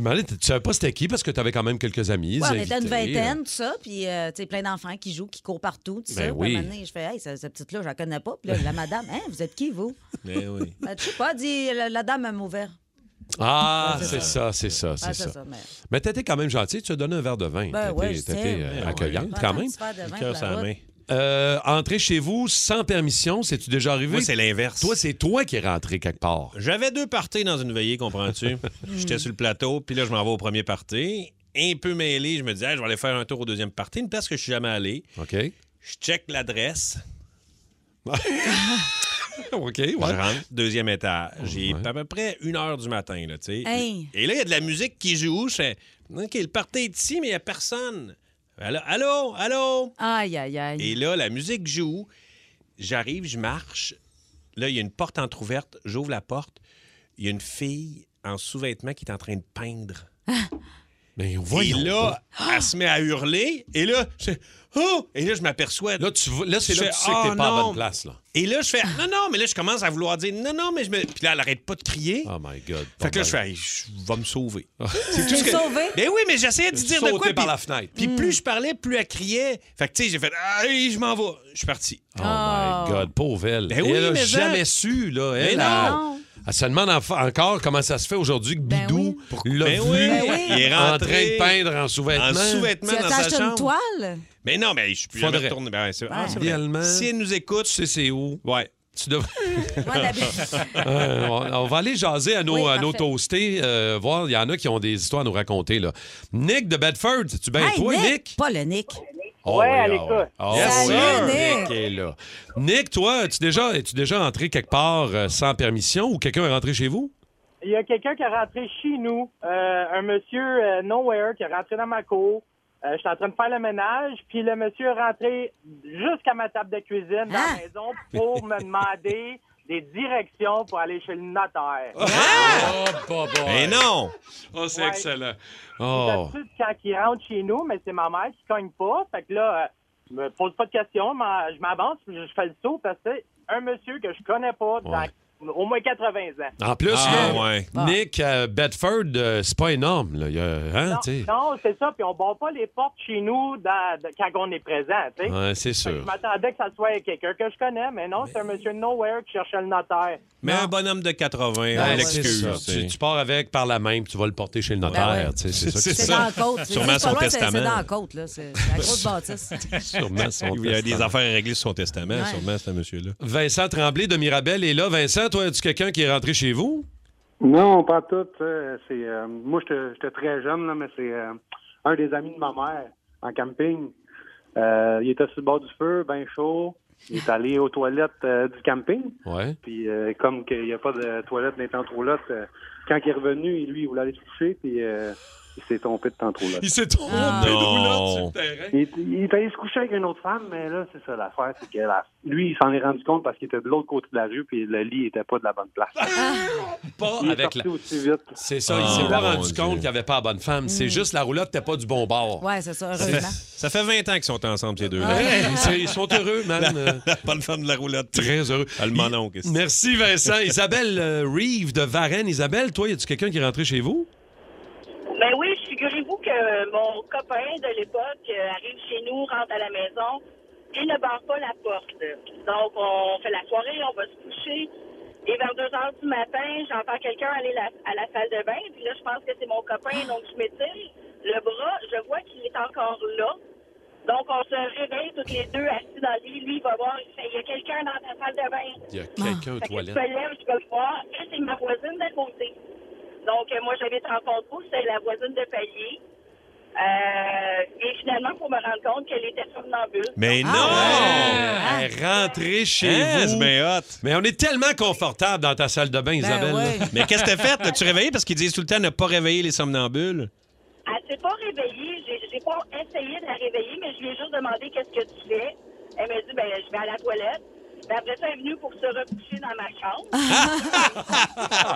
Mais tu savais pas c'était qui parce que tu avais quand même quelques amis. Ouais, on invités. était une vingtaine, tout ça, puis euh, tu sais, plein d'enfants qui jouent, qui courent partout, tout ça. Ben Puis oui. à un moment donné, je fais, hey, ce- cette petite-là, je la connais pas. Puis là, la madame, hein, vous êtes qui, vous? Mais oui. Ben, tu sais pas, dit la, la dame m'a ouvert. Ah, c'est ça, c'est ça, Ah, c'est c'est ça. ça, mais- Mais t'étais quand même gentil, tu as donné un verre de vin. Ben T'étais- ouais, je t'étais, tiens. euh, Ben accueillante ouais. quand Un même. petit verre de vin, Le cœur sur la main. Euh, entrer chez vous sans permission, c'est-tu déjà arrivé? Moi, c'est l'inverse. Toi, c'est toi qui es rentré quelque part. J'avais deux parties dans une veillée, comprends-tu? J'étais sur le plateau, puis là, je m'en vais au premier party. Un peu mêlé, je me disais, Ah, je vais aller faire un tour au deuxième party, une place que je suis jamais allé. OK. Je check l'adresse. OK, ouais. Je rentre, deuxième étage. J'ai à peu près une heure du matin, là, tu sais. Hey. Et là, il y a de la musique qui joue. Je fais, OK, le party est ici, mais il n'y a personne. Allô, allô, allô? Aïe, aïe, aïe. Et là, la musique joue. J'arrive, je marche. Là, il y a une porte entr'ouverte. J'ouvre la porte. Il y a une fille en sous-vêtements qui est en train de peindre. Mais Et Ben, voyons là, elle se met à hurler. Et là, je fais, Oh! Et là, je m'aperçois. Là, tu vois- là, c'est Je là que fais, tu sais que Ah, t'es pas à non. bonne place, là. Et là, je fais Non, non, mais là, je commence à vouloir dire Non, non, mais je me. Puis là, elle arrête pas de crier. Oh my God. Fait que là, je fais, Hey, je vais me sauver. Tu es sauvé? Mais oui, mais j'essayais de dire de Sauter quoi. Ah. par puis- la fenêtre. Puis plus je parlais, plus elle criait. Fait que, tu sais, j'ai fait, Aïe, je m'en vais. Je suis parti. Oh my God, pauvre elle. Ben oui, elle a mais ça- jamais su, là. Elle, non. elle- elle se demande enf- encore comment ça se fait aujourd'hui que Ben Bidou l'a Ben vu oui. Il est en train rentré de peindre en sous-vêtements. En sous-vêtements Tu dans as sa acheté une chambre. toile? Mais non, mais je suis plus Faudrait. jamais retourné. Ben, ouais, c'est- ah, c'est vrai. Idéalement, Si elle nous écoute, tu sais c'est où. ouais. Tu devrais- Moi, d'habitude. Euh, on, on va aller jaser à nos, Oui, à nos parfait. toastés, euh, voir, il y en a qui ont des histoires à nous raconter. Là. Nick de Bedford, tu bien Hey, Ben, toi, Nick? Pas le Nick. Oh, Ouais, à ah l'écoute. Ah Yes, oui, sir. Nick est là. Nick, toi, es-tu déjà, es déjà entré quelque part euh, sans permission ou quelqu'un est rentré chez vous? Il y a quelqu'un qui est rentré chez nous, euh, un monsieur euh, nowhere qui est rentré dans ma cour. Euh, J'étais en train de faire le ménage, puis le monsieur est rentré jusqu'à ma table de cuisine dans Hein? la maison pour me demander des directions pour aller chez le notaire. Ah! Oh, bah, Mais non! Oh, c'est Ouais. excellent. Oh. D'habitude, quand il rentre chez nous, mais c'est ma mère qui cogne pas. Fait que là, euh, je me pose pas de questions, m'en- je m'avance, puis je fais le saut parce que c'est un monsieur que je connais pas dans au moins 80 ans. En plus, Ah, là, ouais. Nick à Bedford, euh, c'est pas énorme. Là. Il y a- hein, Non, tu sais. non, c'est ça. Puis on bat pas les portes chez nous dans- de- quand on est présent, tu sais. Ouais, c'est Fait que Je sûr. m'attendais que ça soit quelqu'un que je connais, mais non, c'est un monsieur de Nowhere qui cherchait le notaire. Mais un bonhomme de 80, Ah, Ouais, on c'est l'excuse. ça. tu sais. Tu, tu pars avec par la main, puis tu vas le porter chez le notaire. Ben ouais. tu sais, C'est ça. que C'est tu dans la côte. Sûrement C'est pas son loin, c'est- C'est testament. dans la côte, là. C'est c'est la grosse bâtisse. fais. Sûrement son Il y a des testament. affaires à régler sur son testament, Ouais. sûrement, ce monsieur-là. Vincent Tremblay de Mirabel est là. Vincent, toi, as-tu quelqu'un qui est rentré chez vous? Non, pas tout. euh, C'est euh, moi, j'étais j'étais très jeune là, mais c'est euh, un des amis de ma mère en camping. Euh, il était sur le bord du feu, bien chaud. Il est allé aux toilettes euh, du camping. Ouais. Puis euh, comme qu'il n'y a pas de toilettes dans les temps toilettes, euh, quand il est revenu, lui, il voulait aller se coucher, puis euh, il s'est trompé de temps trop là. Il s'est trompé Ah. de roulotte sur Non. le terrain. Il, est- il est allé se coucher avec une autre femme, mais là, c'est ça l'affaire, c'est que la- lui, il s'en est rendu compte parce qu'il était de l'autre côté de la rue, puis le lit était pas de la bonne place. Pas Il est avec sorti la- aussi vite. C'est ça, Ah, il s'est pas mon rendu Dieu. compte qu'il n'y avait pas la bonne femme. C'est juste la roulotte n'était pas du bon bord. Ouais, c'est ça, Ça fait, heureusement. ça fait 20 ans qu'ils sont ensemble, ces deux-là. Ouais, c'est- ils sont heureux, man. La, bonne femme de la roulotte. Très heureux. Ah, le mononcle. ici. Merci Vincent. Isabelle euh, Reeve de Varennes. Isabelle, toi, y a-tu quelqu'un qui est rentré chez vous? Ben oui, figurez-vous que mon copain de l'époque euh, arrive chez nous, rentre à la maison et ne barre pas la porte. Donc, on fait la soirée, on va se coucher. Et vers 2 heures du matin, j'entends quelqu'un aller la- à la salle de bain. Puis là, je pense que c'est mon copain, donc je m'étire le bras. Je vois qu'il est encore là. Donc, on se réveille toutes les deux assis dans le lit. Lui, il va voir, il fait, il y a quelqu'un dans la salle de bain. Il y a quelqu'un aux Fait que je toilettes. me lève, je vais le voir, et c'est ma voisine d'à côté. Donc, euh, moi, j'habite en Contrôle, c'est la voisine de palier. Euh, et finalement, pour me rendre compte qu'elle était somnambule. Mais non! Elle est rentrée chez Hein, vous. c'est Mais on est tellement confortable dans ta salle de bain, Isabelle. ouais. Mais qu'est-ce que t'as fait? T'as-tu réveillé? Parce qu'ils disent tout le temps ne pas réveiller les somnambules. Elle s'est pas réveillée. J'ai- J'ai pas essayé de la réveiller, mais je lui ai juste demandé qu'est-ce que tu fais. Elle m'a dit, ben, je vais à la toilette. Ben, après ça, elle est venue pour se recoucher dans ma chambre.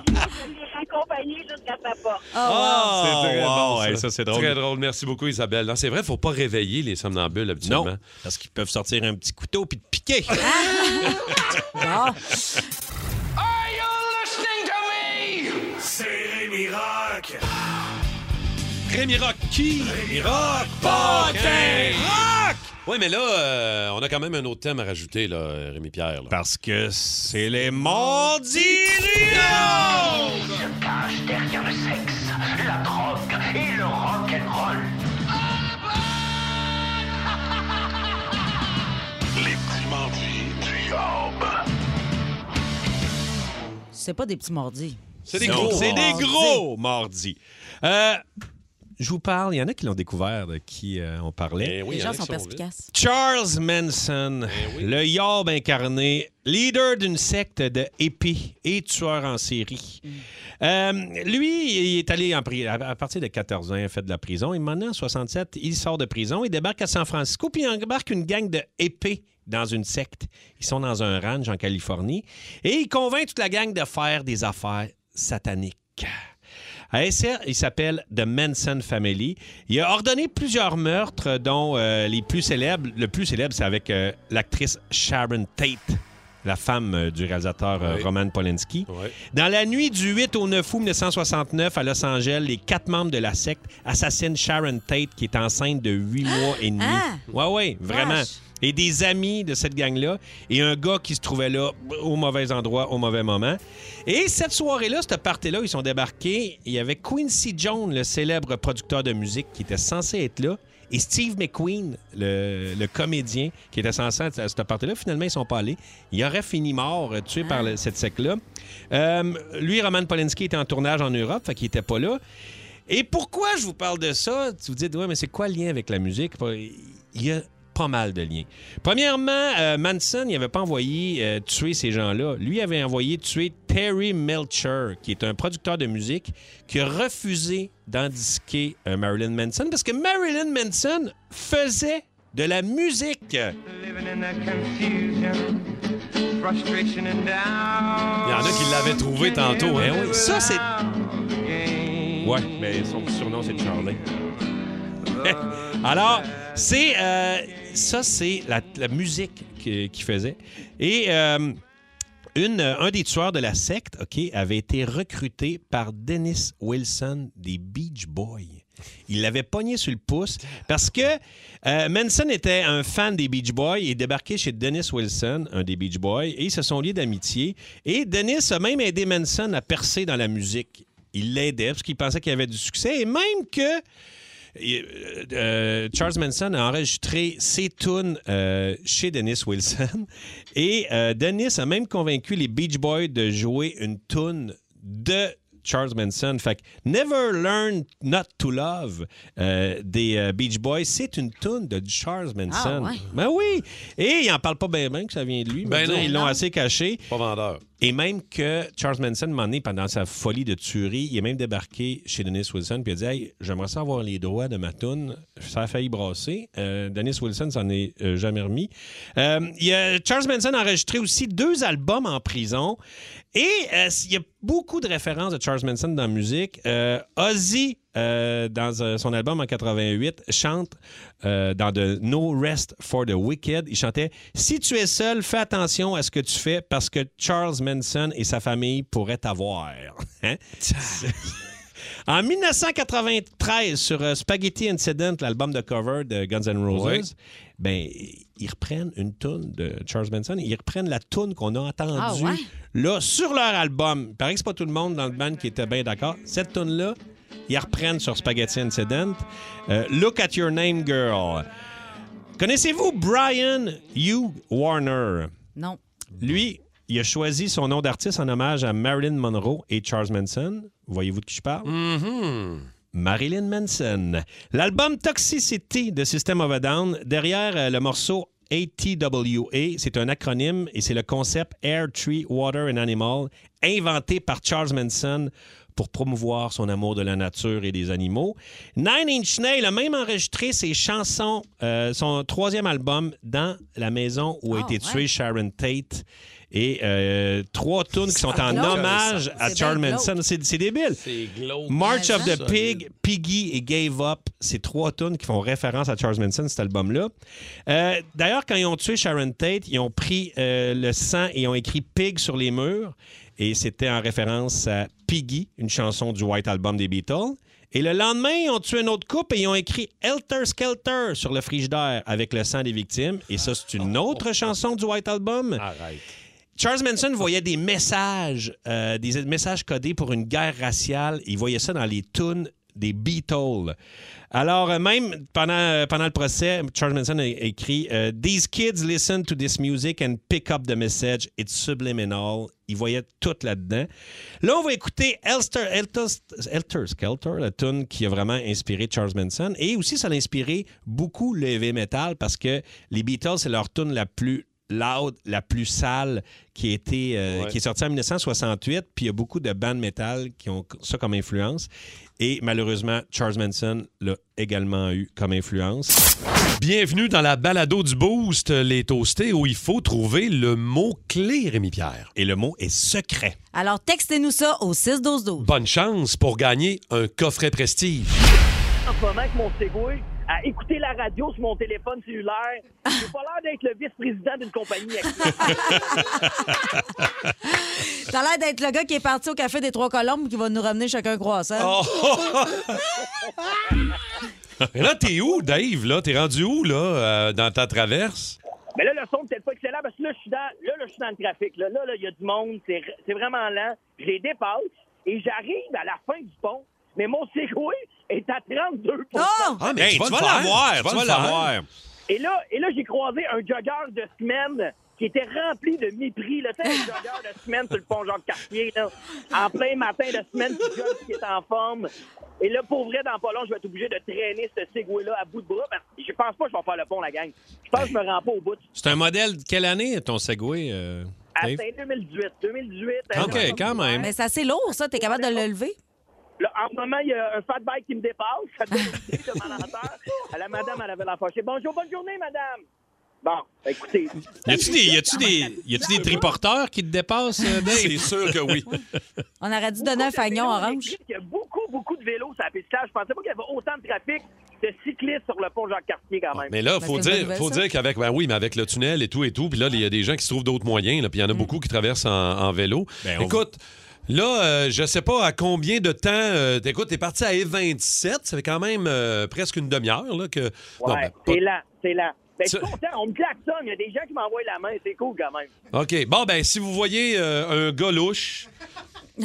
je l'ai raccompagnée jusqu'à sa porte. Oh, Ah, c'est très Oh, wow, bon, ça. hey, ça, c'est drôle. Très drôle. Merci beaucoup, Isabelle. Non, c'est vrai, faut pas réveiller les somnambules habituellement. Non, parce qu'ils peuvent sortir un petit couteau puis te piquer. Ah, Are you listening to me? C'est Rémi Rock. Rémi Rock qui? Rémi Rock, Paquin Rock! Oui, mais là, euh, on a quand même un autre thème à rajouter, là, Rémi Pierre. Parce que c'est les morts Se cache derrière le sexe, la drogue et le rock'n'roll. Les petits mordis du diable. C'est pas des petits mordis. C'est des gros. C'est des gros mordis. Euh, je vous parle, il y en a qui l'ont découvert de qui euh, on Eh parlait. Les gens sont perspicaces. Charles Manson, le yob incarné, leader d'une secte de hippies et tueur en série. Euh, lui, il est allé en pri- à- à partir de 14 ans, il a fait de la prison. Et maintenant, en 67, il sort de prison, il débarque à San Francisco, puis il embarque une gang de hippies dans une secte. Ils sont dans un ranch en Californie. Et il convainc toute la gang de faire des affaires sataniques. À SR, il s'appelle The Manson Family. Il a ordonné plusieurs meurtres, dont euh, les plus célèbres. Le plus célèbre, c'est avec euh, l'actrice Sharon Tate, la femme euh, du réalisateur euh, Oui. Roman Polanski. Dans la nuit du 8 au 9 août 1969 à Los Angeles, les quatre membres de la secte assassinent Sharon Tate, qui est enceinte de huit mois et demi. Ah! Ouais, ouais, vraiment. Vache. Et des amis de cette gang-là et un gars qui se trouvait là au mauvais endroit, au mauvais moment. Et cette soirée-là, cette partie-là, ils sont débarqués. Il y avait Quincy Jones, le célèbre producteur de musique, qui était censé être là. Et Steve McQueen, le, le comédien, qui était censé être à cette partie-là, finalement, ils sont pas allés. Il aurait fini mort, euh, tué par le- cette secte-là. Euh, lui, Roman Polanski, était en tournage en Europe, fait qu'il était pas là. Et pourquoi je vous parle de ça? Vous dites, ouais, mais c'est quoi le lien avec la musique? Il y a pas mal de liens. Premièrement, euh, Manson, il n'avait pas envoyé euh, tuer ces gens-là. Lui avait envoyé tuer Terry Melcher, qui est un producteur de musique qui a refusé d'indisquer Marilyn Manson parce que Marilyn Manson faisait de la musique. Living in that confusion, frustration and doubt. Il y en a qui l'avaient trouvé tantôt, hein? oui. Ça, c'est. Ouais, mais son surnom, c'est Charlie. Alors, c'est. euh, ça, c'est la, la musique qui- qu'il faisait. Et. euh, une, euh, un des tueurs de la secte ok, avait été recruté par Dennis Wilson des Beach Boys. Il l'avait pogné sur le pouce parce que euh, Manson était un fan des Beach Boys et débarqué chez Dennis Wilson, un des Beach Boys, et ils se sont liés d'amitié. Et Dennis a même aidé Manson à percer dans la musique. Il l'aidait parce qu'il pensait qu'il avait du succès et même que il- euh, euh, Charles Manson a enregistré ses tunes euh, chez Dennis Wilson et euh, Dennis a même convaincu les Beach Boys de jouer une tune de Charles Manson. Fait que Never Learn Not to Love euh, des euh, Beach Boys, c'est une tune de Charles Manson. ouais. Ben oui! Et il en parle pas bien bien que ça vient de lui. mais Ben dire, non. ils l'ont Non. assez caché. Pas vendeur. Et même que Charles Manson, un moment donné, pendant sa folie de tuerie, il est même débarqué chez Dennis Wilson puis il a dit Hey, j'aimerais ça avoir les droits de ma toune. Ça a failli brasser. Euh, Dennis Wilson s'en est euh, jamais remis. Euh, il y a- Charles Manson a enregistré aussi deux albums en prison. Et euh, il y a beaucoup de références de Charles Manson dans la musique. Euh, Ozzy, euh, dans euh, son album en 88, chante euh, dans de No Rest for the Wicked. Il chantait Si tu es seul, fais attention à ce que tu fais parce que Charles Manson et sa famille pourraient t'avoir. Hein? En 1993, sur euh, Spaghetti Incident, l'album de cover de Guns N' Roses, Ouais. ben, ils reprennent une toune de Charles Manson. Ils reprennent la toune qu'on a entendue Ah ouais? là sur leur album. Il paraît que c'est pas tout le monde dans le band qui était bien d'accord. Cette tune là ils la reprennent sur Spaghetti Incident. Euh, Look at Your Name Girl. Connaissez-vous Brian Hugh Warner? Non. Lui, il a choisi son nom d'artiste en hommage à Marilyn Monroe et Charles Manson. Voyez-vous de qui je parle? Marilyn Manson. L'album Toxicity de System of a Down, derrière euh, le morceau ATWA, c'est un acronyme et c'est le concept Air, Tree, Water and Animal, inventé par Charles Manson pour promouvoir son amour de la nature et des animaux. Nine Inch Nails a même enregistré ses chansons, euh, son troisième album, dans la maison où a Ah, été tué ouais. Sharon Tate. Et euh, trois tunes qui sont C'est en glauque, hommage ça. à C'est Charles bien Manson. glauque. C'est c'est débile. C'est glauque. March Mais of the ça. Pig, Piggy et Gave Up, c'est trois tunes qui font référence à Charles Manson, cet album-là. Euh, D'ailleurs, quand ils ont tué Sharon Tate, ils ont pris euh, le sang et ils ont écrit Pig sur les murs. Et c'était en référence à Piggy, une chanson du White Album des Beatles. Et le lendemain, ils ont tué une autre coupe et ils ont écrit Helter Skelter sur le frigidaire avec le sang des victimes. Et ça, c'est une autre chanson du White Album. Charles Manson voyait des messages, euh, des messages codés pour une guerre raciale. Il voyait ça dans les tunes des Beatles. Alors, euh, même pendant, euh, pendant le procès, Charles Manson a écrit euh, These kids listen to this music and pick up the message. It's subliminal. Il voyait tout là-dedans. Là, on va écouter Elster, Elter, Elter Skelter, la tune qui a vraiment inspiré Charles Manson. Et aussi, ça l'a inspiré beaucoup le heavy metal parce que les Beatles, c'est leur tune la plus loud, la plus sale qui, a été, euh, Ouais. qui est sortie en 1968. Puis il y a beaucoup de bandes métal qui ont ça comme influence. Et malheureusement, Charles Manson l'a également eu comme influence. Bienvenue dans la balado du Boost, les toastés, où il faut trouver le mot-clé, Rémi-Pierre. Et le mot est secret. Alors, textez-nous ça au 6-12-12. Bonne chance pour gagner un coffret prestige. en ce moment avec mon Segway à écouter la radio sur mon téléphone cellulaire. J'ai pas l'air d'être le vice-président d'une compagnie T'as l'air d'être le gars qui est parti au Café des Trois Colombes qui va nous ramener chacun croissant. Oh! Mais là, t'es où, Dave? Là, t'es rendu où, là, euh, dans ta traverse? Mais là, le son peut-être pas excellent parce que là, je suis dans, là, là, je suis dans le trafic. Là, là, là, il y a du monde. C'est c'est vraiment lent. Je les dépasse et j'arrive à la fin du pont. Mais mon Segway est à 32 Oh! Ah, mais Hey, tu vas tu le vas faire. l'avoir, Tu vas tu vas le faire. l'avoir. Et là, et là j'ai croisé un jogger de semaine qui était rempli de mépris. Là. Tu sais, un jogger de semaine sur le pont Jean-Cartier, là, en plein matin de semaine, qui jogue, qui est en forme. Et là, pour vrai, dans pas long, je vais être obligé de traîner ce Segway-là à bout de bras parce que je pense pas que je vais faire le pont, la gang. Je pense que je me rends pas au bout. C'est un modèle de quelle année, ton Segway? euh, Ah, Dave? c'est 2018. 2018. OK, quand même. Mais c'est assez lourd, ça. T'es capable de le lever? Là, en ce moment, il y a un fat bike qui me dépasse. Ça me fait une idée de malentendu. À La madame, elle avait la fâchée. Bonjour, bonne journée, madame. Bon, écoutez. Y a-tu des, y a-tu des, y a-tu des triporteurs qui te dépassent, euh, Dave? C'est sûr que oui. On aurait dû donner un fagnon orange. Il y a beaucoup, beaucoup de vélos sur la piste. Je pensais pas qu'il y avait autant de trafic de cyclistes sur le pont Jacques-Cartier, quand même. Mais là, faut dire, faut dire qu'avec ben oui, mais avec le tunnel et tout et tout, puis là, il y a des gens qui se trouvent d'autres moyens, là, puis il y Mm. en a beaucoup qui traversent en, en vélo. on- Écoute. Là, euh, je sais pas à combien de temps. euh, écoute, t'es parti à E27, ça fait quand même euh, presque une demi-heure là que. ben, Ouais, pas- c'est lent, c'est lent. Ben, je suis Ça- content, on me klaxonne. Il y a des gens qui m'envoient la main. C'est cool, quand même. OK. Bon, ben, si vous voyez euh, un gars louche,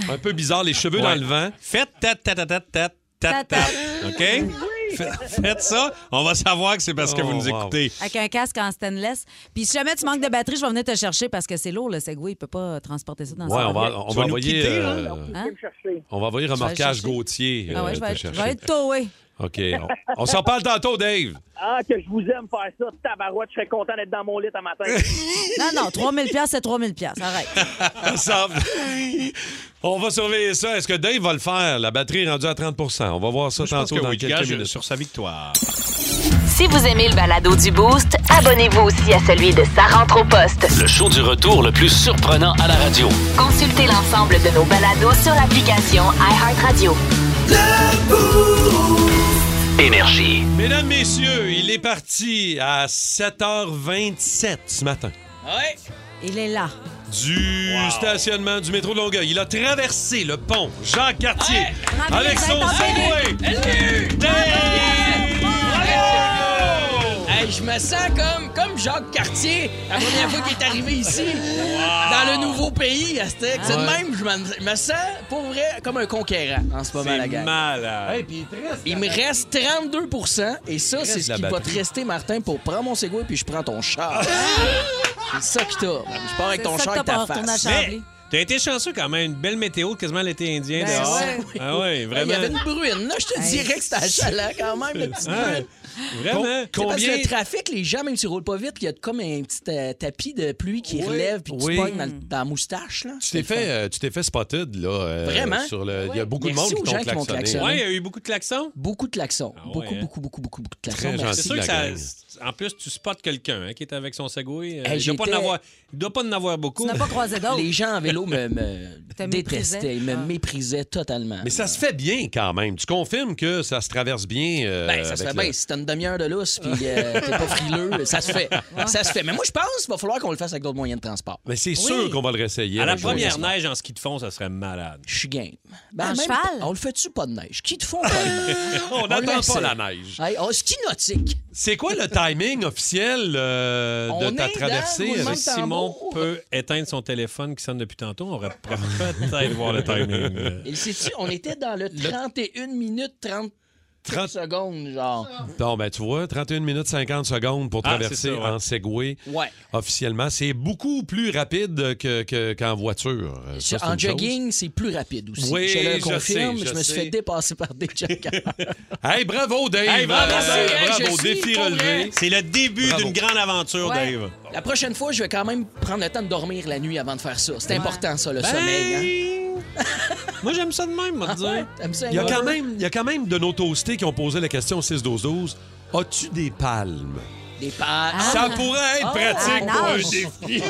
un peu bizarre, les cheveux dans le vent, faites tat, tat, tat, tat, tat, tat, tat. OK? Fait- Faites ça, on va savoir que c'est parce que vous nous écoutez. Avec un casque en stainless. Puis si jamais tu manques de batterie, je vais venir te chercher parce que c'est lourd, le Segway. Il peut pas transporter ça dans Ouais, sa on va, poche. on va envoyer. euh, Hein? On va envoyer Tu vas Remorquage chercher. Gauthier. Ah ouais, euh, je te vais être- je chercher. vais être towé. OK. On, on s'en parle tantôt, Dave. Ah, que je vous aime faire ça, tabarouette, je serais content d'être dans mon lit à matin. Non, non, 3000 pièces c'est 3000 pièces arrête. Ça va. On va surveiller ça. Est-ce que Dave va le faire? La batterie est rendue à 30 On va voir ça Je pense tantôt que dans oui, quelques gage minutes. sur sa victoire. Si vous aimez le balado du Boost, abonnez-vous aussi à celui de Sa rentre au poste. Le show du retour le plus surprenant à la radio. Consultez l'ensemble de nos balados sur l'application iHeartRadio. Énergie. Mesdames, messieurs, il est parti à 7h27 ce matin Ouais. Il est là. du stationnement du métro de Longueuil. Il a traversé le pont Jean-Cartier avec son Segway. Hey, je me sens comme, comme Jacques Cartier, la première fois qu'il est arrivé ici, dans le nouveau pays. Aztec. C'est de Ouais. même, je me- je me sens, pour vrai, comme un conquérant en ce moment, C'est la gang. malade. Hey, il, me reste 32 et ça, c'est reste ce la qui va te batterie. rester, Martin, pour prendre mon Segway puis je prends ton char. Ah! c'est ça qui t'a. Je pars avec C'est ton ça char que et t'as ta pas retourné à face. Chambly. T'as été chanceux quand même. Une belle météo, quasiment l'été indien Ben dehors. ouais. Ah ouais, Il vraiment. y avait une bruine. Là, je te Hey. dirais que c'était achalant quand même, la petite Ouais. bruine. Vraiment? C'est Parce Combien- que le trafic, les gens, même s'ils roulent pas vite, il y a comme un petit euh, tapis de pluie qui Oui. relève puis qui Oui. se pogne dans, le- dans la moustache. Là. Tu t'es fait, euh, tu t'es fait spotted, là. euh, Vraiment? Sur le... Il y a Ouais. beaucoup Merci de monde aux qui gens t'ont qui m'ont klaxonné. klaxonné. Ouais, il y a eu beaucoup de klaxons. Beaucoup de klaxons. beaucoup, hein. beaucoup, beaucoup, beaucoup, beaucoup de klaxons. Très Merci. gentil, C'est sûr que la ça. gang. En plus, tu spots quelqu'un hein, qui est avec son Segway. Euh, Hey, il, doit pas j'étais- en avoir... il doit pas en avoir beaucoup. Tu n'as pas croisé d'autres. Les gens en vélo me, me Te méprisaient. détestaient, ils me Ah. méprisaient totalement. Mais ça se fait bien quand même. Tu confirmes que ça se traverse bien. euh, Ben, ça se fait avec bien. le- Si t'as une demi-heure de lousse puis euh, t'es pas frileux, ça se fait. Ça se fait. Mais moi, je pense qu'il va falloir qu'on le fasse avec d'autres moyens de transport. Mais c'est sûr qu'on va le réessayer. À la un jour. première neige en ski de fond, ça serait malade. Je suis game. En Ben, même cheval? pas- On le fait-tu pas de neige? Qui te font pas de neige? On n'attend pas l'essaie. la neige. Hey, oh, ski nautique. C'est quoi le timing officiel euh, On de ta est dans traversée? euh, le roulement avec- de Simon peut éteindre son téléphone qui sonne depuis tantôt. On aurait peut-être voir le timing. Et sais-tu, on était dans le 31 minutes 30, 30 secondes, genre. Non, ben tu vois, 31 minutes 50 secondes pour Ah, traverser c'est ça, ouais. en Segway Ouais. officiellement. C'est beaucoup plus rapide que- que- qu'en voiture. Euh, Ça, c'est en une chose. jogging, c'est plus rapide aussi. Oui, je le je confirme, sais, je, je me suis sais. fait dépasser par des joggers. Hey, bravo, Dave! Euh, Hey, bravo, merci, hey, bravo, je défi suis pour vrai. relevé. C'est le début Bravo. d'une grande aventure, Ouais. Dave. La prochaine fois, je vais quand même prendre le temps de dormir la nuit avant de faire ça. C'est important, ça, le Ben, sommeil. hein. Moi, j'aime ça de même, moi, te dire. Il y, a quand même, il y a quand même de nos toastés qui ont posé la question 6-12-12. As-tu des palmes? Des pâtes. Ça pourrait Oh! être Ah, pratique pour un défi.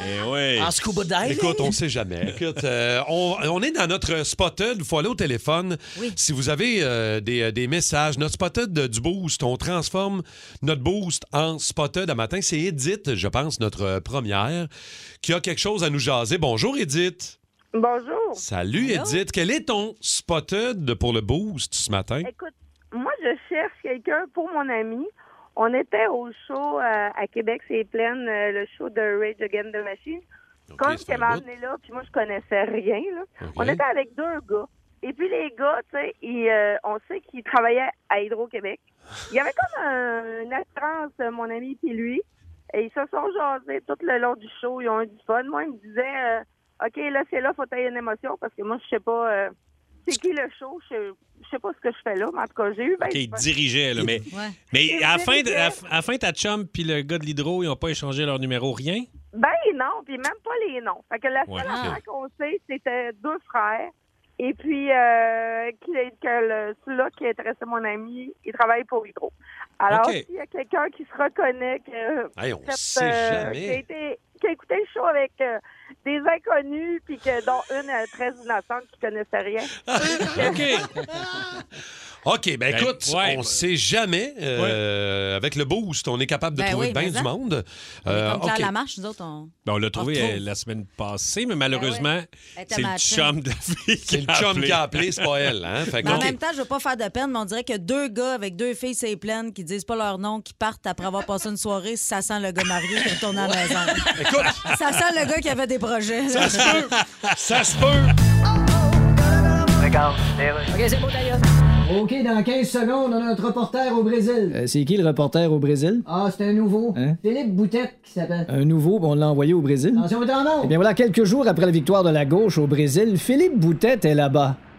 Eh oui. En scuba diving? Écoute, on sait jamais. Écoute, euh, on, on est dans notre euh, spotted. Il faut aller au téléphone. Si vous avez euh, des, euh, des messages, notre spotted euh, du boost, on transforme notre boost en spotted à matin. C'est Edith, je pense, notre euh, première, qui a quelque chose à nous jaser. Bonjour, Edith. Bonjour. Salut, Edith. Quel est ton spotted pour le boost ce matin? Écoute, moi, je cherche quelqu'un pour mon ami. On était au show euh, à Québec, c'est pleine, euh, le show de Rage Against the Machine. Comme c'est qui un m'a bout. amené là, puis moi, je connaissais rien. Là. Ok. On était avec deux gars. Et puis, les gars, tu sais, ils, euh, on sait qu'ils travaillaient à Hydro-Québec. Il y avait comme un- une assurance, euh, mon ami puis lui. Et ils se sont jasés tout le long du show. Ils ont eu du fun. Moi, ils me disaient, euh, OK, là, c'est là, faut tailler une émotion, parce que moi, je sais pas... euh, c'est qui le show? Je je sais pas ce que je fais là, mais en tout cas, j'ai eu. ben OK, du il fun. dirigeait, là, mais... Ouais. Mais Il à la Ah, fin, de- dirigeait. à, à la fin, ta chum puis le gars de l'hydro, ils n'ont pas échangé leur numéro, rien? Ben non, puis même pas les noms. Fait que la seule Ouais, ok. affaire qu'on sait, c'était deux frères. Et puis, euh, qui- que le- celui-là qui intéressait mon ami, il travaille pour Hydro. Alors, Ok. s'il y a quelqu'un qui se reconnaît que... Hey, on cette, euh, sait jamais. Qui a, été- qui a écouté le show avec euh, des inconnus, puis que dont une euh, très innocente qui connaissait rien. OK. OK, ben Ben, écoute, ouais. on sait jamais. euh, Avec le boost, on est capable de Ben trouver oui, bien mais du en. monde. Comme Euh, Claire OK. Lamarche, nous autres, on. Ben, on l'a trouvé retrouve. euh, la semaine passée, mais malheureusement, Elle était c'est le matchée. chum de la fille qui C'est le chum qui a appelé, c'est pas elle, hein? Fait que- Mais en OK. même temps, je veux pas faire de peine, mais on dirait que deux gars avec deux filles, c'est pleine, qui disent pas leur nom, qui partent après avoir passé une soirée, ça sent le gars marié qui retourne à la maison. Ça sent le gars qui avait des projets. Ça se peut. Ça se peut. Regarde. OK, c'est bon, d'ailleurs. OK, dans 15 secondes, on a notre reporter au Brésil. Euh, c'est qui le reporter au Brésil? Ah, c'est un nouveau. Hein? Philippe Boutette qui s'appelle. Un nouveau, on l'a envoyé au Brésil. Attention, on est en Eh ordre. bien voilà, quelques jours après la victoire de la gauche au Brésil, Philippe Boutette est là-bas.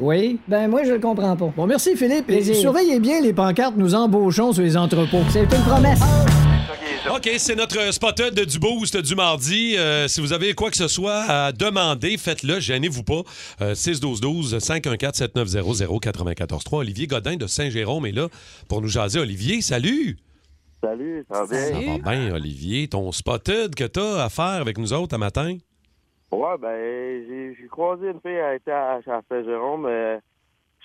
Oui. ben moi, je le comprends pas. Bon, merci, Philippe. Et Plaisir. surveillez bien les pancartes, nous embauchons sur les entrepôts. C'est une promesse. Ah, OK, c'est notre spotted du boost du mardi. Euh, si vous avez quoi que ce soit à demander, faites-le, gênez-vous pas. Euh, 612-12, 514-7900-943. Olivier Godin de Saint-Jérôme est là pour nous jaser. Olivier, salut! Salut, ça va bien? Ça va bien, Olivier. Ton spotted que t'as à faire avec nous autres à matin? Ouais, ben, j'ai- j'ai croisé une fille, elle était à, à Saint-Jérôme, euh,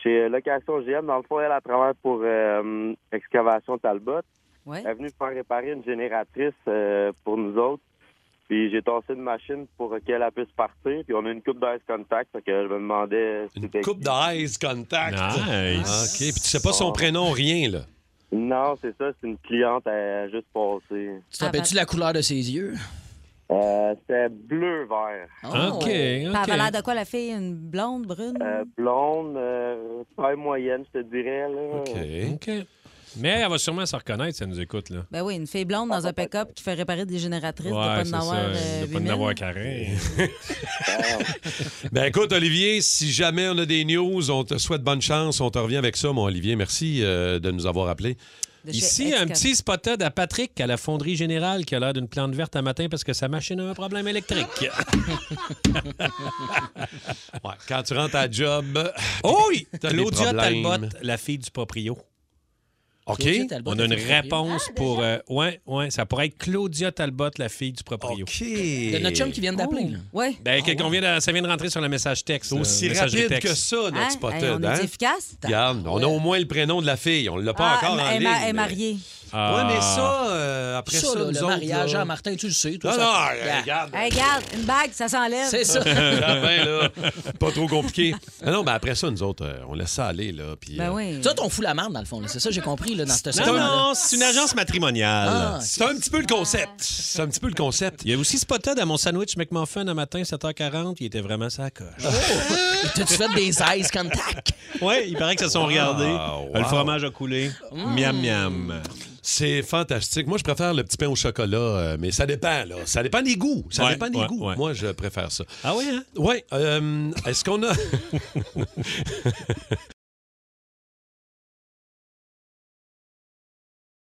chez Location GM. Dans le fond, elle, elle travaille pour euh, Excavation Talbot. Elle est venue faire réparer une génératrice euh, pour nous autres. Puis j'ai tassé une machine pour qu'elle elle puisse partir. Puis on a une coupe d'ice contact. Fait que je me demandais. Une Coupe d'Eyes Contact. Nice. OK, puis tu sais pas son Ah. prénom, rien, là. Non, c'est ça, c'est une cliente, elle a juste passé. Tu te rappelles-tu de la couleur de ses yeux? Euh, C'était bleu-vert. Oh, Elle avait l'air de quoi, la fille? Une blonde, brune? Euh, blonde, euh, taille moyenne, je te dirais. Là. OK. Mais elle va sûrement se reconnaître si elle nous écoute, là. Ben oui, une fille blonde dans un pick-up qui fait réparer des génératrices de pas Ouais, de c'est n'avoir, ça. euh, De pas 8000. en avoir carré. Ben écoute, Olivier, si jamais on a des news, on te souhaite bonne chance. On te revient avec ça, mon Olivier. Merci euh, de nous avoir appelés. Ici, un petit spotted à Patrick à la fonderie générale qui a l'air d'une plante verte à matin parce que sa machine a un problème électrique. Ouais, quand tu rentres à job. oh oui! T'as des Claudia problèmes. Talbot, la fille du proprio. OK. Claudia Talbot, On a une la fille du proprio. réponse pour. Ah, euh, ouais, ouais, ça pourrait être Claudia Talbot, la fille du proprio. OK. De notre chum qui vient Oh. d'appeler. là. Oh, Oui. Ben, quelqu'un vient de- ça vient de rentrer sur le message texte. Aussi euh, messagerie rapide texte. que ça, notre Hein? spotted. Hey, on est hein? efficace? Regarde, on a au moins le prénom de la fille. On l'a pas Ah, encore en elle, ligne. elle- elle est mais- mariée. Ah. Ouais, mais ça, euh, après ça, ça, là, nous le autres, mariage, là- Jean-Martin, tu le sais. toi, Non, ça- non, Yeah. regarde. Hey, regarde, une bague, ça s'enlève. C'est ça. Jamais, là. Pas trop compliqué. Non, non, mais après ça, nous autres, euh, on laisse ça aller, là. Puis, Ben euh, Tu vois, on fout la merde, dans le fond. là. C'est ça, j'ai compris, là, dans cette Non, non, c'est une agence matrimoniale. Ah, c'est un petit peu le concept. C'est un petit peu le concept. Il y a aussi Spotted à mon sandwich McMuffin un matin, 7h40. Il était vraiment sa coche. T'as-tu fait des eyes contact? Oui, il paraît que se sont regardés. Le fromage a coulé. Mmh. Miam, miam. C'est fantastique. Moi, je préfère le petit pain au chocolat, euh, mais ça dépend, là. Ça dépend des goûts. Ça Ouais, dépend des ouais, goûts. ouais. Moi, je préfère ça. euh, Ah oui, hein? Oui. Est-ce qu'on a.